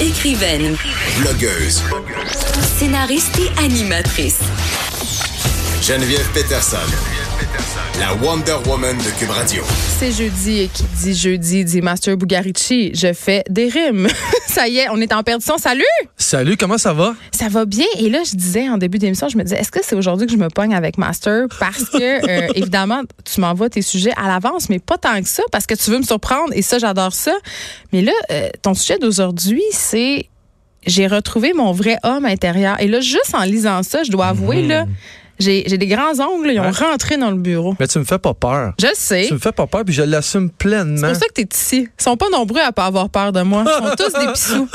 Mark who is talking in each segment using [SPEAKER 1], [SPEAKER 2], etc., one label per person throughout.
[SPEAKER 1] Écrivaine,
[SPEAKER 2] Blogueuse.
[SPEAKER 1] scénariste et animatrice.
[SPEAKER 2] Geneviève Peterson. La Wonder Woman de Cube Radio.
[SPEAKER 3] C'est jeudi et qui dit jeudi dit Master Bugarici. Je fais des rimes. ça y est, on est en perdition. Salut!
[SPEAKER 4] Salut, comment ça va?
[SPEAKER 3] Ça va bien. Et là, je disais en début d'émission, je me disais, est-ce que c'est aujourd'hui que je me pogne avec Master? Parce que, euh, évidemment, tu m'envoies tes sujets à l'avance, mais pas tant que ça, parce que tu veux me surprendre et ça, j'adore ça. Mais là, euh, ton sujet d'aujourd'hui, c'est j'ai retrouvé mon vrai homme intérieur. Et là, juste en lisant ça, je dois avouer, là, j'ai j'ai des grands ongles, ils ont
[SPEAKER 4] Mhm. Ouais.
[SPEAKER 3] rentré dans le bureau.
[SPEAKER 4] Mais tu me fais pas peur.
[SPEAKER 3] Je le sais.
[SPEAKER 4] Tu me fais pas peur, puis je l'assume
[SPEAKER 3] C'est
[SPEAKER 4] pleinement.
[SPEAKER 3] pour ça que t'es ici. Ils sont pas nombreux à pas avoir peur de moi. Ils sont tous des pissous.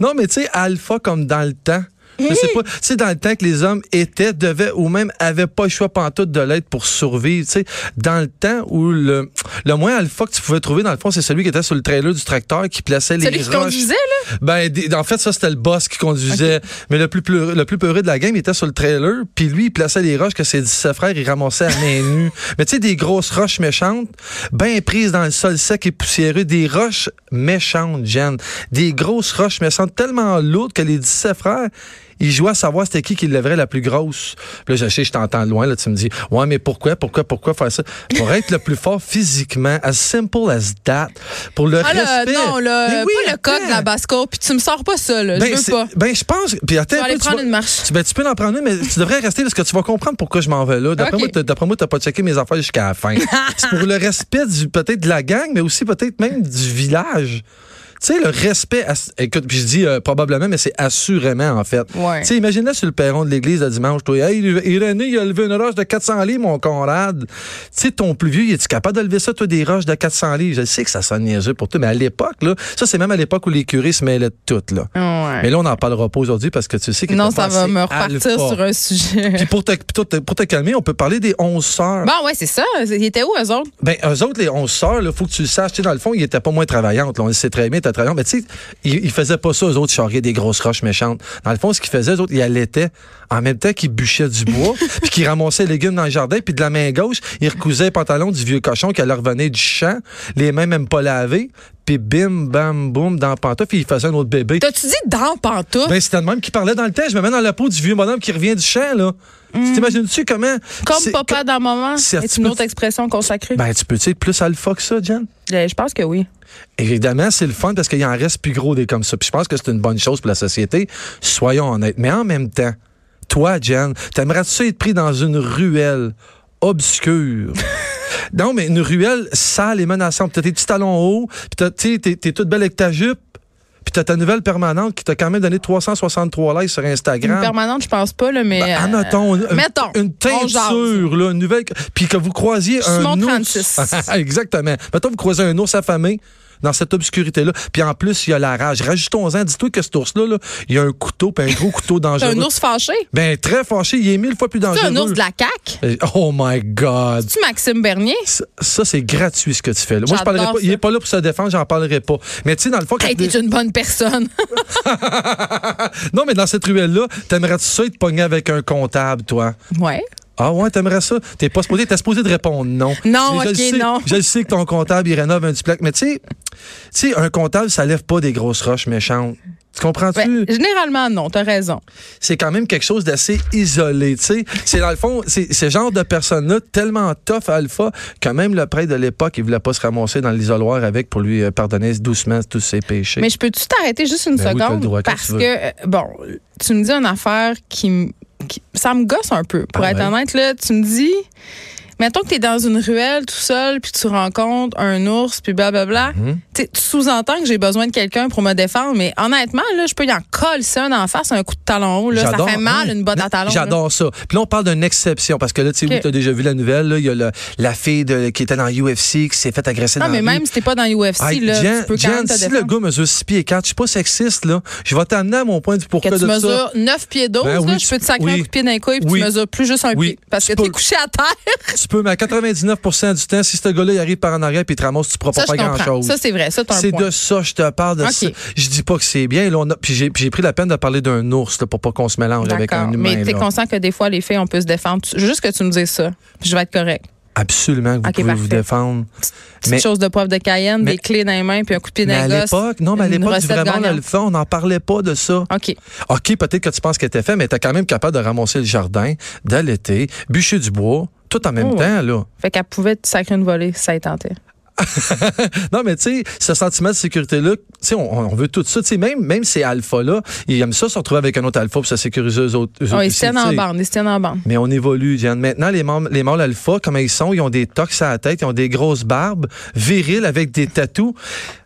[SPEAKER 4] non, mais tu sais, alpha comme dans le temps. Je sais pas, tu sais, dans le temps que les hommes étaient, devaient ou même avaient pas le choix pantoute de l'être pour survivre. Tu sais, dans le temps où le, le moins alpha que tu pouvais trouver, dans le fond, c'est celui qui était sur le trailer du tracteur qui plaçait les
[SPEAKER 3] Celui qui
[SPEAKER 4] roches.
[SPEAKER 3] conduisait, là?
[SPEAKER 4] Ben, des- en fait, ça, c'était le boss qui conduisait. Mais le plus, pleu- le plus peureux de la game, il était sur le trailer, puis lui, il plaçait les roches que ses 17 frères, il ramassait à main nue. Mais tu sais, des grosses roches méchantes, bien prises dans le sol sec et poussiéreux, des roches méchantes, Jen. Des grosses roches méchantes, tellement lourdes que les 17 frères, ils jouaient à savoir c'était qui qui lèverait la plus grosse. Puis là, je sais, je t'entends loin, là, tu me dis, ouais, mais pourquoi, pourquoi, pourquoi faire ça? Pour être le plus fort physiquement, as simple as that, pour le
[SPEAKER 3] Ah là,
[SPEAKER 4] respect.
[SPEAKER 3] non, là,
[SPEAKER 4] Mais oui,
[SPEAKER 3] pas le coq
[SPEAKER 4] attends.
[SPEAKER 3] de la basse Puis tu me sors pas ça, là.
[SPEAKER 4] Ben,
[SPEAKER 3] je
[SPEAKER 4] c'est-
[SPEAKER 3] veux pas.
[SPEAKER 4] Ben, je pense. Puis
[SPEAKER 3] Tu
[SPEAKER 4] attends,
[SPEAKER 3] vas
[SPEAKER 4] un peu,
[SPEAKER 3] aller
[SPEAKER 4] tu
[SPEAKER 3] prendre
[SPEAKER 4] vas-
[SPEAKER 3] une marche.
[SPEAKER 4] tu- ben, tu peux en prendre une, mais tu devrais rester parce que tu vas comprendre pourquoi je m'en vais là. D'après
[SPEAKER 3] Ok.
[SPEAKER 4] moi, t'as- d'après moi, t'as pas checké mes affaires jusqu'à la fin. c'est pour le respect du peut-être de la gang, mais aussi peut-être même du village. Tu sais, le respect, ass- écoute, puis je dis euh, probablement, mais c'est assurément, en fait.
[SPEAKER 3] Ouais.
[SPEAKER 4] Tu sais, imagine-là sur le perron de l'église le dimanche, toi, hey, Irénée, il a levé une roche de 400 livres, mon Conrad. Tu sais, ton plus vieux, es-tu capable de lever ça, toi, des roches de 400 livres? Je sais que ça sonne niaiseux pour toi, mais à l'époque, là, ça, c'est même à l'époque où les curés se mêlaient de tout, là.
[SPEAKER 3] Ouais.
[SPEAKER 4] Mais là, on n'en parlera pas aujourd'hui parce que tu sais que
[SPEAKER 3] non, ça
[SPEAKER 4] t'as pas
[SPEAKER 3] va
[SPEAKER 4] assez
[SPEAKER 3] me repartir
[SPEAKER 4] alpha.
[SPEAKER 3] sur un sujet.
[SPEAKER 4] Puis pour te, pour te- pour te calmer, on peut parler des 11 sœurs.
[SPEAKER 3] Bon, ouais, c'est ça. Ils étaient où, eux autres?
[SPEAKER 4] Ben, eux autres, les 11 sœurs, il faut que tu le saches. Tu sais, dans le fond, ils étaient pas moins travaillantes. là. on le sait très bien, ils étaient travaillantes. Mais tu sais, ils, ils faisaient pas ça, eux autres, charrier des grosses roches méchantes. Dans le fond, ce qu'ils faisaient, eux autres, ils allaitaient en même temps qu'ils bûchaient du bois, puis qu'ils ramassaient les légumes dans le jardin, puis de la main gauche, ils recousaient les pantalons du vieux cochon qui allait revenir du champ, les mains même pas lavées, puis bim, bam, boum, dans le pantoufle, puis ils faisaient un autre bébé.
[SPEAKER 3] T'as-tu dit dans pantoute?
[SPEAKER 4] Ben, c'était le même qui parlait dans le temps. Je me mets dans la peau du vieux bonhomme qui revient du champ, là. Tu T'imagines-tu comment.
[SPEAKER 3] Mm. Comme
[SPEAKER 4] c'est-
[SPEAKER 3] papa dans maman?
[SPEAKER 4] C'est un
[SPEAKER 3] C'est
[SPEAKER 4] petit
[SPEAKER 3] une
[SPEAKER 4] peu-
[SPEAKER 3] autre expression consacrée?
[SPEAKER 4] Ben, tu peux-tu être plus alpha que ça, Jen?
[SPEAKER 3] Euh, je pense que oui.
[SPEAKER 4] Évidemment, c'est le fun parce qu'il en reste plus gros des comme ça. Puis je pense que c'est une bonne chose pour la société. Soyons honnêtes. Mais en même temps, toi, Jen, t'aimerais-tu ça être pris dans une ruelle obscure? non, mais une ruelle sale et menaçante. T'as tes petits talons hauts, puis t'as- tu sais, t'es t'es toute belle avec ta jupe, puis t'as ta nouvelle permanente qui t'a quand même donné 363 likes sur
[SPEAKER 3] Une
[SPEAKER 4] Instagram.
[SPEAKER 3] permanente, je pense pas, là, mais.
[SPEAKER 4] Ben,
[SPEAKER 3] euh,
[SPEAKER 4] admettons, une,
[SPEAKER 3] mettons,
[SPEAKER 4] une
[SPEAKER 3] on
[SPEAKER 4] teinture, là, une nouvelle. Puis que vous croisiez
[SPEAKER 3] Simon
[SPEAKER 4] un ours.
[SPEAKER 3] 36.
[SPEAKER 4] Exactement. Mettons, vous croisez un ours affamé dans cette obscurité-là. Puis en plus, il y a la rage. Rajoutons-en, dis-toi que cet ours-là, là, il a un couteau, puis un gros couteau
[SPEAKER 3] T'as
[SPEAKER 4] dangereux.
[SPEAKER 3] un ours fâché?
[SPEAKER 4] Ben, très fâché, il est mille fois plus
[SPEAKER 3] T'as
[SPEAKER 4] dangereux.
[SPEAKER 3] un ours de la CAQ?
[SPEAKER 4] Euh, Oh my God.
[SPEAKER 3] Tu Maxime Bernier?
[SPEAKER 4] Ça, ça, c'est gratuit ce que tu fais. là. Moi, je parlerai
[SPEAKER 3] J'adore
[SPEAKER 4] pas. Il
[SPEAKER 3] ça.
[SPEAKER 4] est pas là pour se défendre, j'en parlerai pas. Mais tu sais, dans le fond, quand
[SPEAKER 3] Hey, t'es une bonne personne.
[SPEAKER 4] non, mais dans cette ruelle-là, t'aimerais-tu ça être pogné avec un comptable, toi?
[SPEAKER 3] ouais.
[SPEAKER 4] Ah ouais, t'aimerais ça? T'es pas supposé, t'es supposé de répondre non.
[SPEAKER 3] Non,
[SPEAKER 4] Je le
[SPEAKER 3] ok,
[SPEAKER 4] sais-
[SPEAKER 3] non.
[SPEAKER 4] Je le sais que ton comptable, il rénove un duplex. Mais tu sais, tu sais, un comptable, ça lève pas des grosses roches méchantes. Tu comprends-tu?
[SPEAKER 3] Ben, généralement, non, t'as raison.
[SPEAKER 4] C'est quand même quelque chose d'assez isolé, tu sais. C'est dans le fond, c'est ce genre de personnes-là tellement tough alpha que même le prêtre de l'époque, il voulait pas se ramasser dans l'isoloir avec pour lui euh, pardonner doucement tous ses péchés.
[SPEAKER 3] Mais je peux-tu t'arrêter juste une
[SPEAKER 4] Ben oui, t'as le
[SPEAKER 3] seconde?
[SPEAKER 4] droit, quand
[SPEAKER 3] parce
[SPEAKER 4] tu veux.
[SPEAKER 3] que, euh, bon, tu me dis une affaire qui, m- qui- Ça me gosse un peu, pour
[SPEAKER 4] Ah
[SPEAKER 3] être
[SPEAKER 4] ouais?
[SPEAKER 3] honnête. Là, tu me dis, mettons que tu es dans une ruelle tout seul, puis tu rencontres un ours, puis blablabla.
[SPEAKER 4] Mm-hmm.
[SPEAKER 3] Tu sais, Tu sous-entends que j'ai besoin de quelqu'un pour me défendre, mais honnêtement, là, je peux y en coller ça en face, un coup de talon haut. Là, ça
[SPEAKER 4] J'adore,
[SPEAKER 3] fait mal,
[SPEAKER 4] ouais.
[SPEAKER 3] une botte à talon.
[SPEAKER 4] J'adore ça. Puis là, on parle d'une exception parce que là, tu sais,
[SPEAKER 3] Ok.
[SPEAKER 4] oui, t'as déjà vu la nouvelle. là, Il y a le- la fille de- qui était dans UFC qui s'est fait agresser
[SPEAKER 3] Non,
[SPEAKER 4] dans
[SPEAKER 3] mais
[SPEAKER 4] la rue.
[SPEAKER 3] même si t'es pas dans UFC,
[SPEAKER 4] Hey,
[SPEAKER 3] là,
[SPEAKER 4] Jen-
[SPEAKER 3] tu peux quand
[SPEAKER 4] Jen,
[SPEAKER 3] même te
[SPEAKER 4] si
[SPEAKER 3] défendre.
[SPEAKER 4] le gars mesure 6 pieds 4, je suis pas sexiste, là. Je vais t'amener à mon point du pourquoi
[SPEAKER 3] que tu
[SPEAKER 4] de ça.
[SPEAKER 3] mesures 9 pieds 12,
[SPEAKER 4] Ben
[SPEAKER 3] là,
[SPEAKER 4] oui,
[SPEAKER 3] je peux te
[SPEAKER 4] tu-
[SPEAKER 3] sacrer un
[SPEAKER 4] oui.
[SPEAKER 3] coup de pied d'un coup, puis
[SPEAKER 4] Oui.
[SPEAKER 3] tu mesures plus juste un
[SPEAKER 4] Oui.
[SPEAKER 3] pied. Parce que
[SPEAKER 4] Tu
[SPEAKER 3] t'es
[SPEAKER 4] peux-
[SPEAKER 3] couché à terre.
[SPEAKER 4] Tu peux, mais à 99 du temps, si ce gars-là, il arrive par en arrière puis il te ramasse, tu pourras
[SPEAKER 3] Ça,
[SPEAKER 4] pas
[SPEAKER 3] je
[SPEAKER 4] faire
[SPEAKER 3] comprends.
[SPEAKER 4] grand-chose.
[SPEAKER 3] Ça, c'est vrai. Ça, t'as un
[SPEAKER 4] C'est
[SPEAKER 3] point.
[SPEAKER 4] de ça, je te parle de
[SPEAKER 3] Ok.
[SPEAKER 4] ça. Je dis pas que c'est bien. Là, on a- puis j'ai puis j'ai pris la peine de parler d'un ours là, pour pas qu'on se mélange avec
[SPEAKER 3] D'accord.
[SPEAKER 4] un humain.
[SPEAKER 3] Mais t'es
[SPEAKER 4] là.
[SPEAKER 3] conscient que des fois, les filles, on peut se défendre. Tu- Juste que tu me dises ça, puis je vais être correct.
[SPEAKER 4] absolument que vous
[SPEAKER 3] Ok,
[SPEAKER 4] pouvez vous
[SPEAKER 3] parfait.
[SPEAKER 4] défendre.
[SPEAKER 3] Petite
[SPEAKER 4] Mais-
[SPEAKER 3] chose de poivre de Cayenne,
[SPEAKER 4] mais-
[SPEAKER 3] des clés dans les mains, puis un coup de pied
[SPEAKER 4] Mais
[SPEAKER 3] dans
[SPEAKER 4] à
[SPEAKER 3] les gosses.
[SPEAKER 4] l'époque, non, mais à
[SPEAKER 3] Une
[SPEAKER 4] l'époque du
[SPEAKER 3] recette
[SPEAKER 4] vraiment dans
[SPEAKER 3] gagnante.
[SPEAKER 4] le fond, on n'en parlait pas de ça.
[SPEAKER 3] OK.
[SPEAKER 4] OK, peut-être que tu penses qu'elle était faite, mais t'es quand même capable de ramasser le jardin, d'allaiter, bûcher du bois, tout en même
[SPEAKER 3] Oh.
[SPEAKER 4] temps, là.
[SPEAKER 3] Fait qu'elle pouvait te sacrer une volée si ça y tentait.
[SPEAKER 4] Non, mais tu sais, ce sentiment de sécurité-là, tu sais, on, on veut tout ça. Tu sais, même, même ces alphas-là, ils aiment ça se retrouver avec un autre alpha pour se sécuriser eux autres. eux
[SPEAKER 3] Oh,
[SPEAKER 4] autres
[SPEAKER 3] ils
[SPEAKER 4] aussi,
[SPEAKER 3] se tiennent
[SPEAKER 4] tu
[SPEAKER 3] en
[SPEAKER 4] sais.
[SPEAKER 3] bande, ils se tiennent en bande.
[SPEAKER 4] Mais on évolue, Diane. Maintenant, les, membres- les mâles alpha, comment ils sont, ils ont des toques à la tête, ils ont des grosses barbes, viriles avec des tatous.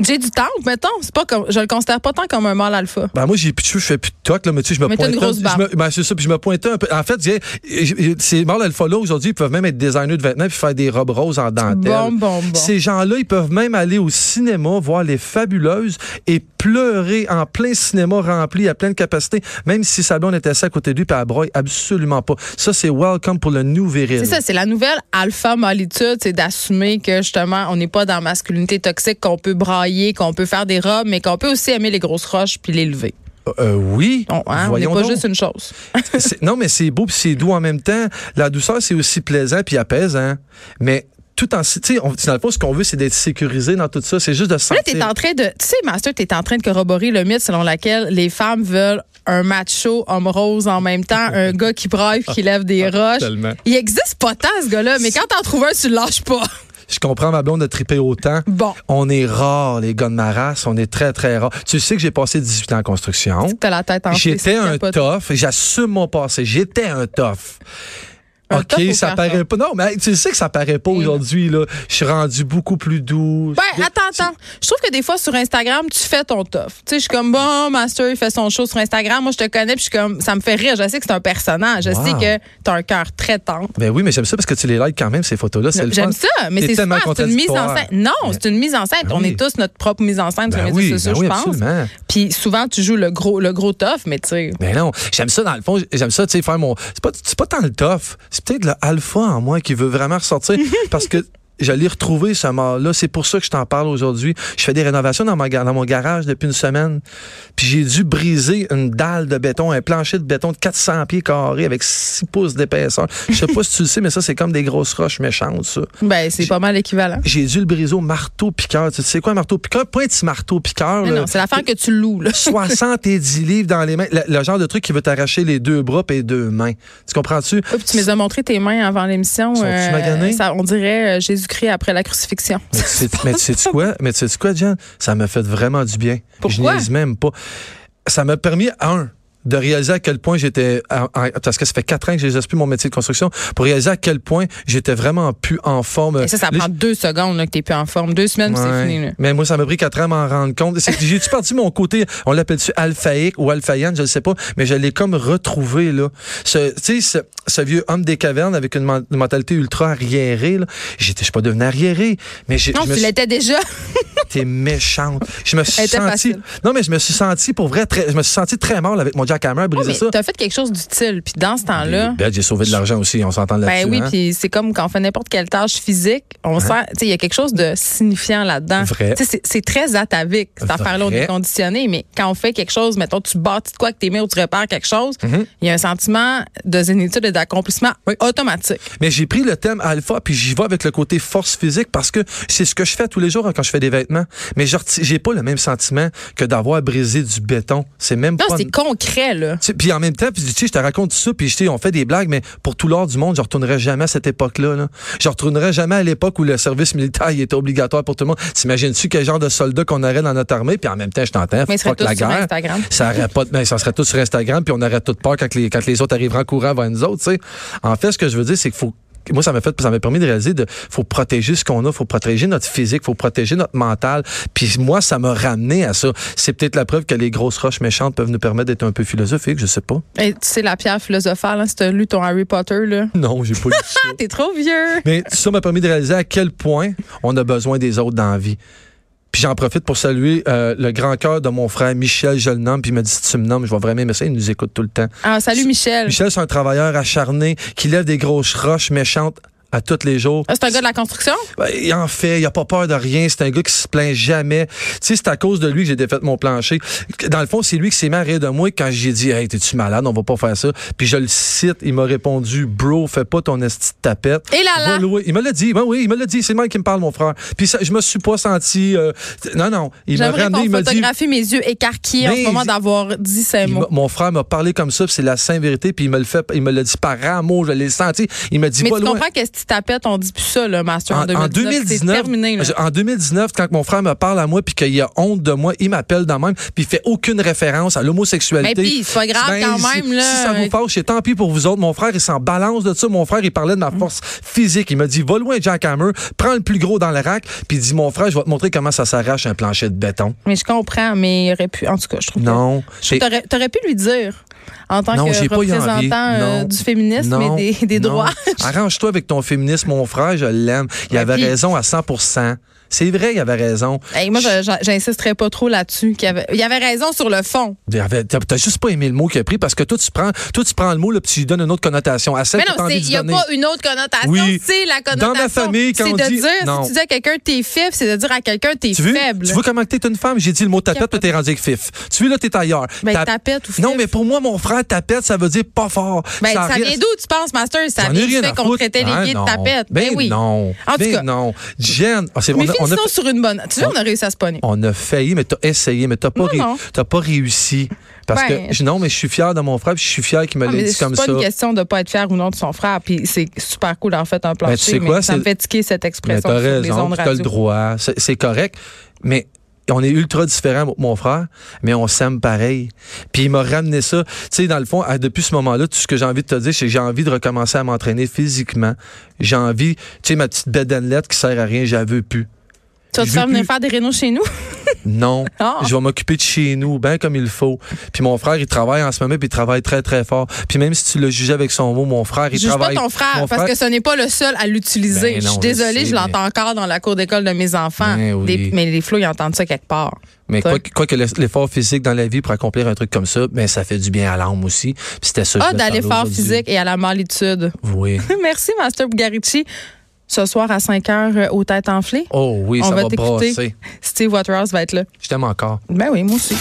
[SPEAKER 3] J'ai du temple, mettons. C'est pas comme, je le considère pas tant comme un mâle alpha.
[SPEAKER 4] Ben moi, j'ai plus de cheveux, je fais plus de toc, là, mais tu sais, je me
[SPEAKER 3] Mais t'as
[SPEAKER 4] pointais.
[SPEAKER 3] une grosse barbe.
[SPEAKER 4] je me- ben, c'est ça, puis je me pointais un peu. En fait, je disais, eh, eh, ces mâles alpha-là, aujourd'hui, ils peuvent même être designers de vêtements puis faire des robes roses en dentelle.
[SPEAKER 3] Bon, bon, bon.
[SPEAKER 4] Ces gens-là, ils peuvent même aller au cinéma, voir les fabuleuses et pleurer en plein cinéma rempli à pleine capacité, même si sa blonde était assise à côté de lui puis elle broye absolument pas. Ça, c'est welcome pour le new viril.
[SPEAKER 3] C'est ça, c'est la nouvelle alpha malitude, c'est d'assumer que justement, on n'est pas dans la masculinité toxique, qu'on peut brailler, qu'on peut faire des robes, mais qu'on peut aussi aimer les grosses roches puis les lever.
[SPEAKER 4] Euh, oui,
[SPEAKER 3] On hein, on n'est
[SPEAKER 4] voyons
[SPEAKER 3] pas
[SPEAKER 4] donc.
[SPEAKER 3] juste une chose.
[SPEAKER 4] C'est- non, mais c'est beau puis c'est doux en même temps. La douceur, c'est aussi plaisant puis apaisant. Mais tout en. Tu sais, on- dans le fond, ce qu'on veut, c'est d'être sécurisé dans tout ça. C'est juste de se
[SPEAKER 3] Mais Là,
[SPEAKER 4] sentir.
[SPEAKER 3] t'es en train de. Tu sais, Master, t'es en train de corroborer le mythe selon lequel les femmes veulent un macho homme rose en même temps, un gars qui braille puis qui lève des roches.
[SPEAKER 4] Ah, tellement.
[SPEAKER 3] Il existe pas tant, ce gars-là, mais quand t'en trouves un, tu le lâches pas.
[SPEAKER 4] Je comprends ma blonde de triper autant.
[SPEAKER 3] Bon.
[SPEAKER 4] On est rare, les gars de ma race. On est très, très rare. Tu sais que j'ai passé 18 ans en construction.
[SPEAKER 3] T'as la tête en
[SPEAKER 4] J'étais
[SPEAKER 3] frise, tu
[SPEAKER 4] un
[SPEAKER 3] capotes.
[SPEAKER 4] tough. J'assume mon passé. J'étais un tough.
[SPEAKER 3] Un
[SPEAKER 4] OK,
[SPEAKER 3] tough au
[SPEAKER 4] ça
[SPEAKER 3] carton.
[SPEAKER 4] paraît pas. Non, mais hey, tu sais que ça paraît pas aujourd'hui, là. Je suis rendu beaucoup plus doux.
[SPEAKER 3] Ben, attends, attends. Je trouve que des fois, sur Instagram, tu fais ton tof. Tu sais, je suis comme, bon, Master, il fait son show sur Instagram. Moi, je te connais, puis je suis comme, ça me fait rire. Je sais que c'est un personnage. Je
[SPEAKER 4] Wow.
[SPEAKER 3] sais que t'as un cœur très tendre.
[SPEAKER 4] Ben oui, mais j'aime ça parce que tu les likes quand même, ces photos-là. c'est le fun.
[SPEAKER 3] J'aime ça, mais
[SPEAKER 4] T'es
[SPEAKER 3] c'est
[SPEAKER 4] tellement
[SPEAKER 3] super. C'est une mise en
[SPEAKER 4] contradictoire.
[SPEAKER 3] scène. Non, c'est une mise en scène.
[SPEAKER 4] Ben
[SPEAKER 3] On
[SPEAKER 4] oui.
[SPEAKER 3] est tous notre propre mise en scène sur
[SPEAKER 4] Ben
[SPEAKER 3] les
[SPEAKER 4] oui,
[SPEAKER 3] réseaux sociaux,
[SPEAKER 4] ben oui,
[SPEAKER 3] je pense.
[SPEAKER 4] absolument.
[SPEAKER 3] Puis souvent, tu joues le gros, le gros tof, mais tu sais.
[SPEAKER 4] Mais non, j'aime ça dans le fond, j'aime ça, tu sais, faire mon. C'est pas, c'est pas tant le tough, c'est peut-être le alpha en moi qui veut vraiment ressortir parce que. J'allais retrouver ce mort-là. C'est pour ça que je t'en parle aujourd'hui. Je fais des rénovations dans, ma, ga- dans mon garage depuis une semaine. Puis j'ai dû briser une dalle de béton, un plancher de béton de 400 pieds carrés avec 6 pouces d'épaisseur. Je sais pas si tu le sais, mais ça, c'est comme des grosses roches méchantes, ça.
[SPEAKER 3] Ben, c'est pas mal équivalent.
[SPEAKER 4] J'ai dû le briser au marteau-piqueur. Tu sais quoi, un marteau-piqueur? Pas un petit marteau-piqueur.
[SPEAKER 3] Mais
[SPEAKER 4] là.
[SPEAKER 3] non, c'est l'affaire que tu loues, là.
[SPEAKER 4] 70 livres dans les mains. Le, le genre de truc qui veut t'arracher les deux bras et les deux mains. Tu comprends-tu?
[SPEAKER 3] Puis tu m'as montré tes mains avant l'émission. euh,
[SPEAKER 4] Sont-tu maganés?
[SPEAKER 3] ça, on dirait euh, Jésus-Christ après la crucifixion.
[SPEAKER 4] Mais tu sais- mais tu sais-tu quoi? Mais tu sais-tu quoi, Jen? Ça m'a fait vraiment du bien.
[SPEAKER 3] Pourquoi?
[SPEAKER 4] Je niaise même pas. Ça m'a permis, un, de réaliser à quel point j'étais... en- en- Parce que ça fait quatre ans que j'ai exercé mon métier de construction. Pour réaliser à quel point j'étais vraiment plus en forme.
[SPEAKER 3] Et ça, ça
[SPEAKER 4] Là,
[SPEAKER 3] prend deux secondes là, que t'es plus en forme. Deux semaines, puis
[SPEAKER 4] Ouais.
[SPEAKER 3] c'est fini. Là.
[SPEAKER 4] Mais moi, ça m'a pris quatre ans à m'en rendre compte. C'est- J'ai-tu parti mon côté, on l'appelle-tu alphaïque ou alphaïenne, je ne sais pas, mais je l'ai comme retrouvé, là. Ce, tu sais, ce, ce vieux homme des cavernes avec une, men- une mentalité ultra arriérée, là. J'étais, je suis pas devenu arriéré, mais j'ai,
[SPEAKER 3] Non,
[SPEAKER 4] je me
[SPEAKER 3] tu
[SPEAKER 4] suis,
[SPEAKER 3] l'étais déjà.
[SPEAKER 4] t'es méchante. Je me suis
[SPEAKER 3] était
[SPEAKER 4] senti,
[SPEAKER 3] facile.
[SPEAKER 4] non, mais je me suis senti pour vrai très, je me suis senti très mal avec mon jackhammer, briser
[SPEAKER 3] Oh, Mais
[SPEAKER 4] ça.
[SPEAKER 3] t'as fait quelque chose d'utile. Puis dans ce temps-là.
[SPEAKER 4] Ben, j'ai sauvé de l'argent aussi, on s'entend là-dessus.
[SPEAKER 3] Ben oui,
[SPEAKER 4] hein.
[SPEAKER 3] puis c'est comme quand on fait n'importe quelle tâche physique, on sent, tu sais, il y a quelque chose de signifiant là-dedans.
[SPEAKER 4] Vrai.
[SPEAKER 3] Tu sais, c'est- C'est très atavique, cette
[SPEAKER 4] Vrai.
[SPEAKER 3] affaire-là, on est conditionné, mais quand on fait quelque chose, mettons, tu bâtis de quoi avec tes mains ou tu repères quelque chose, il
[SPEAKER 4] Mm-hmm.
[SPEAKER 3] y a un sentiment de zénitude et d'accomplissement automatique.
[SPEAKER 4] Mais j'ai pris le thème alpha puis j'y vais avec le côté force physique parce que c'est ce que je fais tous les jours hein, quand je fais des vêtements. Mais je reti- j'ai pas le même sentiment que d'avoir brisé du béton. C'est même
[SPEAKER 3] Non,
[SPEAKER 4] pas.
[SPEAKER 3] c'est concret, là.
[SPEAKER 4] Tu sais, Puis en même temps, puis tu sais, je te raconte ça, puis je sais, on fait des blagues, mais pour tout l'or du monde, je retournerai jamais à cette époque-là. Là. Je retournerai jamais à l'époque où le service militaire il était obligatoire pour tout le monde. T'imagines-tu quel genre de soldats qu'on aurait dans notre armée? Puis en même temps, je t'entends,
[SPEAKER 3] Mais ils seraient
[SPEAKER 4] fuck la
[SPEAKER 3] tous sur
[SPEAKER 4] guerre.
[SPEAKER 3] Instagram.
[SPEAKER 4] Ça aurait pas de- mais ça serait tout sur Instagram, puis on aurait toute peur quand les, quand les autres arriveront en courant vers nous autres. tu sais. En fait, ce que je veux dire, c'est qu'il faut. Moi, ça m'a fait, ça m'a permis de réaliser de, faut protéger ce qu'on a, faut protéger notre physique, faut protéger notre mental. Puis moi, ça m'a ramené à ça. C'est peut-être la preuve que les grosses roches méchantes peuvent nous permettre d'être un peu philosophiques, je sais pas.
[SPEAKER 3] Et tu sais, la pierre philosophale, hein, si t'as lu ton Harry Potter, là.
[SPEAKER 4] Non, j'ai pas lu ça.
[SPEAKER 3] Ah, t'es trop vieux!
[SPEAKER 4] Mais ça m'a permis de réaliser à quel point on a besoin des autres dans la vie. Puis j'en profite pour saluer euh, le grand cœur de mon frère Michel, je le nomme, puis il m'a dit si tu me nommes, je vais vraiment aimer ça, il nous écoute tout le temps.
[SPEAKER 3] Ah, salut Michel.
[SPEAKER 4] Michel, c'est un travailleur acharné qui lève des grosses roches méchantes à tous les jours.
[SPEAKER 3] Ah, c'est un gars de la construction?
[SPEAKER 4] Ben, Il en fait, il a pas peur de rien. C'est un gars qui se plaint jamais. Tu sais, c'est à cause de lui que j'ai défait mon plancher. Dans le fond, c'est lui qui s'est mis à rire de moi quand j'ai dit, hey, t'es-tu malade? On va pas faire ça. Puis je le cite, il m'a répondu, bro, fais pas ton esti de tapette.
[SPEAKER 3] Et là là!
[SPEAKER 4] Va louer. Il me l'a dit, ben oui, il me l'a dit. C'est le mec qui me parle, mon frère. Puis ça, je me suis pas senti, euh, t- non, non. Il m'a
[SPEAKER 3] J'aimerais
[SPEAKER 4] ramené,
[SPEAKER 3] qu'on
[SPEAKER 4] il m'a dit.
[SPEAKER 3] photographie mes yeux écarquillés en
[SPEAKER 4] Mais-
[SPEAKER 3] ce moment d'avoir dit ces
[SPEAKER 4] il m'a-
[SPEAKER 3] mots.
[SPEAKER 4] mon frère m'a parlé comme ça, puis c'est la sainte vérité, puis il me le fait, il me l'a dit par amour, je l'ai senti. Il me dit
[SPEAKER 3] Mais
[SPEAKER 4] pas
[SPEAKER 3] tu
[SPEAKER 4] loin.
[SPEAKER 3] comprends que si tu tapettes, on dit plus ça, là, Master, en,
[SPEAKER 4] En, en
[SPEAKER 3] 2019. C'est terminé, là.
[SPEAKER 4] en 2019, quand mon frère me parle à moi puis qu'il a honte de moi, il m'appelle dans même puis il fait aucune référence à l'homosexualité. Ben,
[SPEAKER 3] Mais Ben, puis, c'est pas grave quand
[SPEAKER 4] si-
[SPEAKER 3] même, là.
[SPEAKER 4] Si ça vous fâche, c'est tant pis pour vous autres. Mon frère, il s'en balance de ça. Mon frère, il parlait de
[SPEAKER 3] Mm.
[SPEAKER 4] ma force physique. Il m'a dit, va loin, Jack Hammer, prends le plus gros dans le rack, puis il dit, mon frère, je vais te montrer comment ça s'arrache un plancher de béton.
[SPEAKER 3] Mais je comprends, mais il aurait pu. En tout cas, je trouve que-
[SPEAKER 4] Non.
[SPEAKER 3] Je- T'aurais, t'aurais pu lui dire, en tant
[SPEAKER 4] Non,
[SPEAKER 3] que
[SPEAKER 4] j'ai pas eu envie.
[SPEAKER 3] représentant euh,
[SPEAKER 4] Non.
[SPEAKER 3] du féminisme
[SPEAKER 4] Non.
[SPEAKER 3] et des, des
[SPEAKER 4] Non.
[SPEAKER 3] droits.
[SPEAKER 4] Arrange-toi avec ton féminisme, mon frère, je l'aime. Il avait
[SPEAKER 3] puis-
[SPEAKER 4] raison à 100 C'est vrai, il avait raison.
[SPEAKER 3] Hey, moi, je- je- j'insisterais pas trop là-dessus. Qu'il y avait, il y avait raison sur le fond.
[SPEAKER 4] Il y avait- T'as t'as juste pas aimé le mot qu'il a pris parce que toi, tu prends, toi, tu prends le mot, là, puis tu lui donnes une autre connotation. À celle
[SPEAKER 3] Mais
[SPEAKER 4] que t'as
[SPEAKER 3] non,
[SPEAKER 4] envie
[SPEAKER 3] c'est-
[SPEAKER 4] d'y
[SPEAKER 3] il n'y a
[SPEAKER 4] donner.
[SPEAKER 3] pas une autre connotation.
[SPEAKER 4] Oui.
[SPEAKER 3] C'est la connotation.
[SPEAKER 4] Dans ma famille, quand
[SPEAKER 3] c'est
[SPEAKER 4] on
[SPEAKER 3] de
[SPEAKER 4] dit-
[SPEAKER 3] dire,
[SPEAKER 4] non.
[SPEAKER 3] si tu dis à quelqu'un t'es faible, c'est de dire à quelqu'un t'es
[SPEAKER 4] Tu veux,
[SPEAKER 3] faible.
[SPEAKER 4] tu veux comment que t'es une femme? J'ai dit le mot tapette, puis t'es rendu avec fif. Tu veux, là, t'es ailleurs.
[SPEAKER 3] Ben,
[SPEAKER 4] Tap-
[SPEAKER 3] tapette ou fif.
[SPEAKER 4] Non, mais pour moi, mon frère, tapette, ça veut dire pas fort.
[SPEAKER 3] Ben, ça,
[SPEAKER 4] reste-
[SPEAKER 3] vient d'où, tu penses, Master? Ça
[SPEAKER 4] J'en ai
[SPEAKER 3] vient du
[SPEAKER 4] rien
[SPEAKER 3] fait
[SPEAKER 4] à
[SPEAKER 3] qu'on
[SPEAKER 4] foutre.
[SPEAKER 3] traitait les
[SPEAKER 4] Ah,
[SPEAKER 3] gays
[SPEAKER 4] non.
[SPEAKER 3] de tapettes.
[SPEAKER 4] Ben,
[SPEAKER 3] oui.
[SPEAKER 4] non.
[SPEAKER 3] En tout
[SPEAKER 4] Ben
[SPEAKER 3] cas.
[SPEAKER 4] non. Jen, ah, c'est- on
[SPEAKER 3] Mais
[SPEAKER 4] a- on a
[SPEAKER 3] finissons
[SPEAKER 4] fait-
[SPEAKER 3] sur une bonne. Tu vois, on a réussi à se pogner.
[SPEAKER 4] On a failli, mais t'as essayé, mais t'as pas,
[SPEAKER 3] Non,
[SPEAKER 4] ré-
[SPEAKER 3] non.
[SPEAKER 4] t'as pas réussi. Parce
[SPEAKER 3] Ben.
[SPEAKER 4] que, je- non, mais je suis fier de mon frère, puis je suis fier qu'il me
[SPEAKER 3] Ah,
[SPEAKER 4] l'ait
[SPEAKER 3] mais
[SPEAKER 4] dit
[SPEAKER 3] c'est
[SPEAKER 4] comme
[SPEAKER 3] pas
[SPEAKER 4] ça.
[SPEAKER 3] une question de pas être fier ou non de son frère. Puis c'est super cool, en fait, un plancher.
[SPEAKER 4] Ben, tu sais
[SPEAKER 3] mais
[SPEAKER 4] quoi,
[SPEAKER 3] ça
[SPEAKER 4] c'est-
[SPEAKER 3] me fait tiquer cette
[SPEAKER 4] Mais
[SPEAKER 3] expression
[SPEAKER 4] t'as
[SPEAKER 3] sur les
[SPEAKER 4] raison,
[SPEAKER 3] ondes
[SPEAKER 4] puis t'as le
[SPEAKER 3] radio.
[SPEAKER 4] droit, c'est c'est correct. Mais on est ultra différents, mon- mon frère, mais on s'aime pareil. Puis il m'a ramené ça. Tu sais, dans le fond, à- depuis ce moment-là, tout ce que j'ai envie de te dire, c'est que j'ai envie de recommencer à m'entraîner physiquement. J'ai envie, tu sais, ma petite bedanelette qui sert à rien, je la veux plus.
[SPEAKER 3] Tu vas te
[SPEAKER 4] Je veux
[SPEAKER 3] faire venir
[SPEAKER 4] plus.
[SPEAKER 3] faire des rénaux chez nous?
[SPEAKER 4] Non,
[SPEAKER 3] Ah.
[SPEAKER 4] je vais m'occuper de chez nous, bien comme il faut. Puis mon frère, il travaille en ce moment, puis il travaille très, très fort. Puis même si tu le jugeais avec son mot, mon frère, il
[SPEAKER 3] Je juge pas
[SPEAKER 4] travaille...
[SPEAKER 3] ton frère,
[SPEAKER 4] mon
[SPEAKER 3] parce que ce n'est pas le seul à l'utiliser.
[SPEAKER 4] Ben
[SPEAKER 3] je
[SPEAKER 4] non,
[SPEAKER 3] suis
[SPEAKER 4] je
[SPEAKER 3] désolée,
[SPEAKER 4] sais,
[SPEAKER 3] je l'entends encore dans la cour d'école de mes enfants.
[SPEAKER 4] Ben oui.
[SPEAKER 3] Des- mais les flots, ils entendent ça quelque part.
[SPEAKER 4] Mais
[SPEAKER 3] Toi.
[SPEAKER 4] quoi, que- quoi que l'es- l'effort physique dans la vie pour accomplir un truc comme ça, ben ça fait du bien à l'âme aussi. Puis c'était ça. que je
[SPEAKER 3] Ah,
[SPEAKER 4] voulais
[SPEAKER 3] dans
[SPEAKER 4] parler
[SPEAKER 3] l'effort
[SPEAKER 4] aujourd'hui.
[SPEAKER 3] physique et à la malitude.
[SPEAKER 4] Oui.
[SPEAKER 3] Merci, Master Bugarici. Ce soir à 5 heures, euh, aux têtes enflées,
[SPEAKER 4] Oh oui,
[SPEAKER 3] on
[SPEAKER 4] ça
[SPEAKER 3] va
[SPEAKER 4] va
[SPEAKER 3] t'écouter.
[SPEAKER 4] brasser.
[SPEAKER 3] Steve Waterhouse va être là.
[SPEAKER 4] Je t'aime encore.
[SPEAKER 3] Ben oui, moi aussi.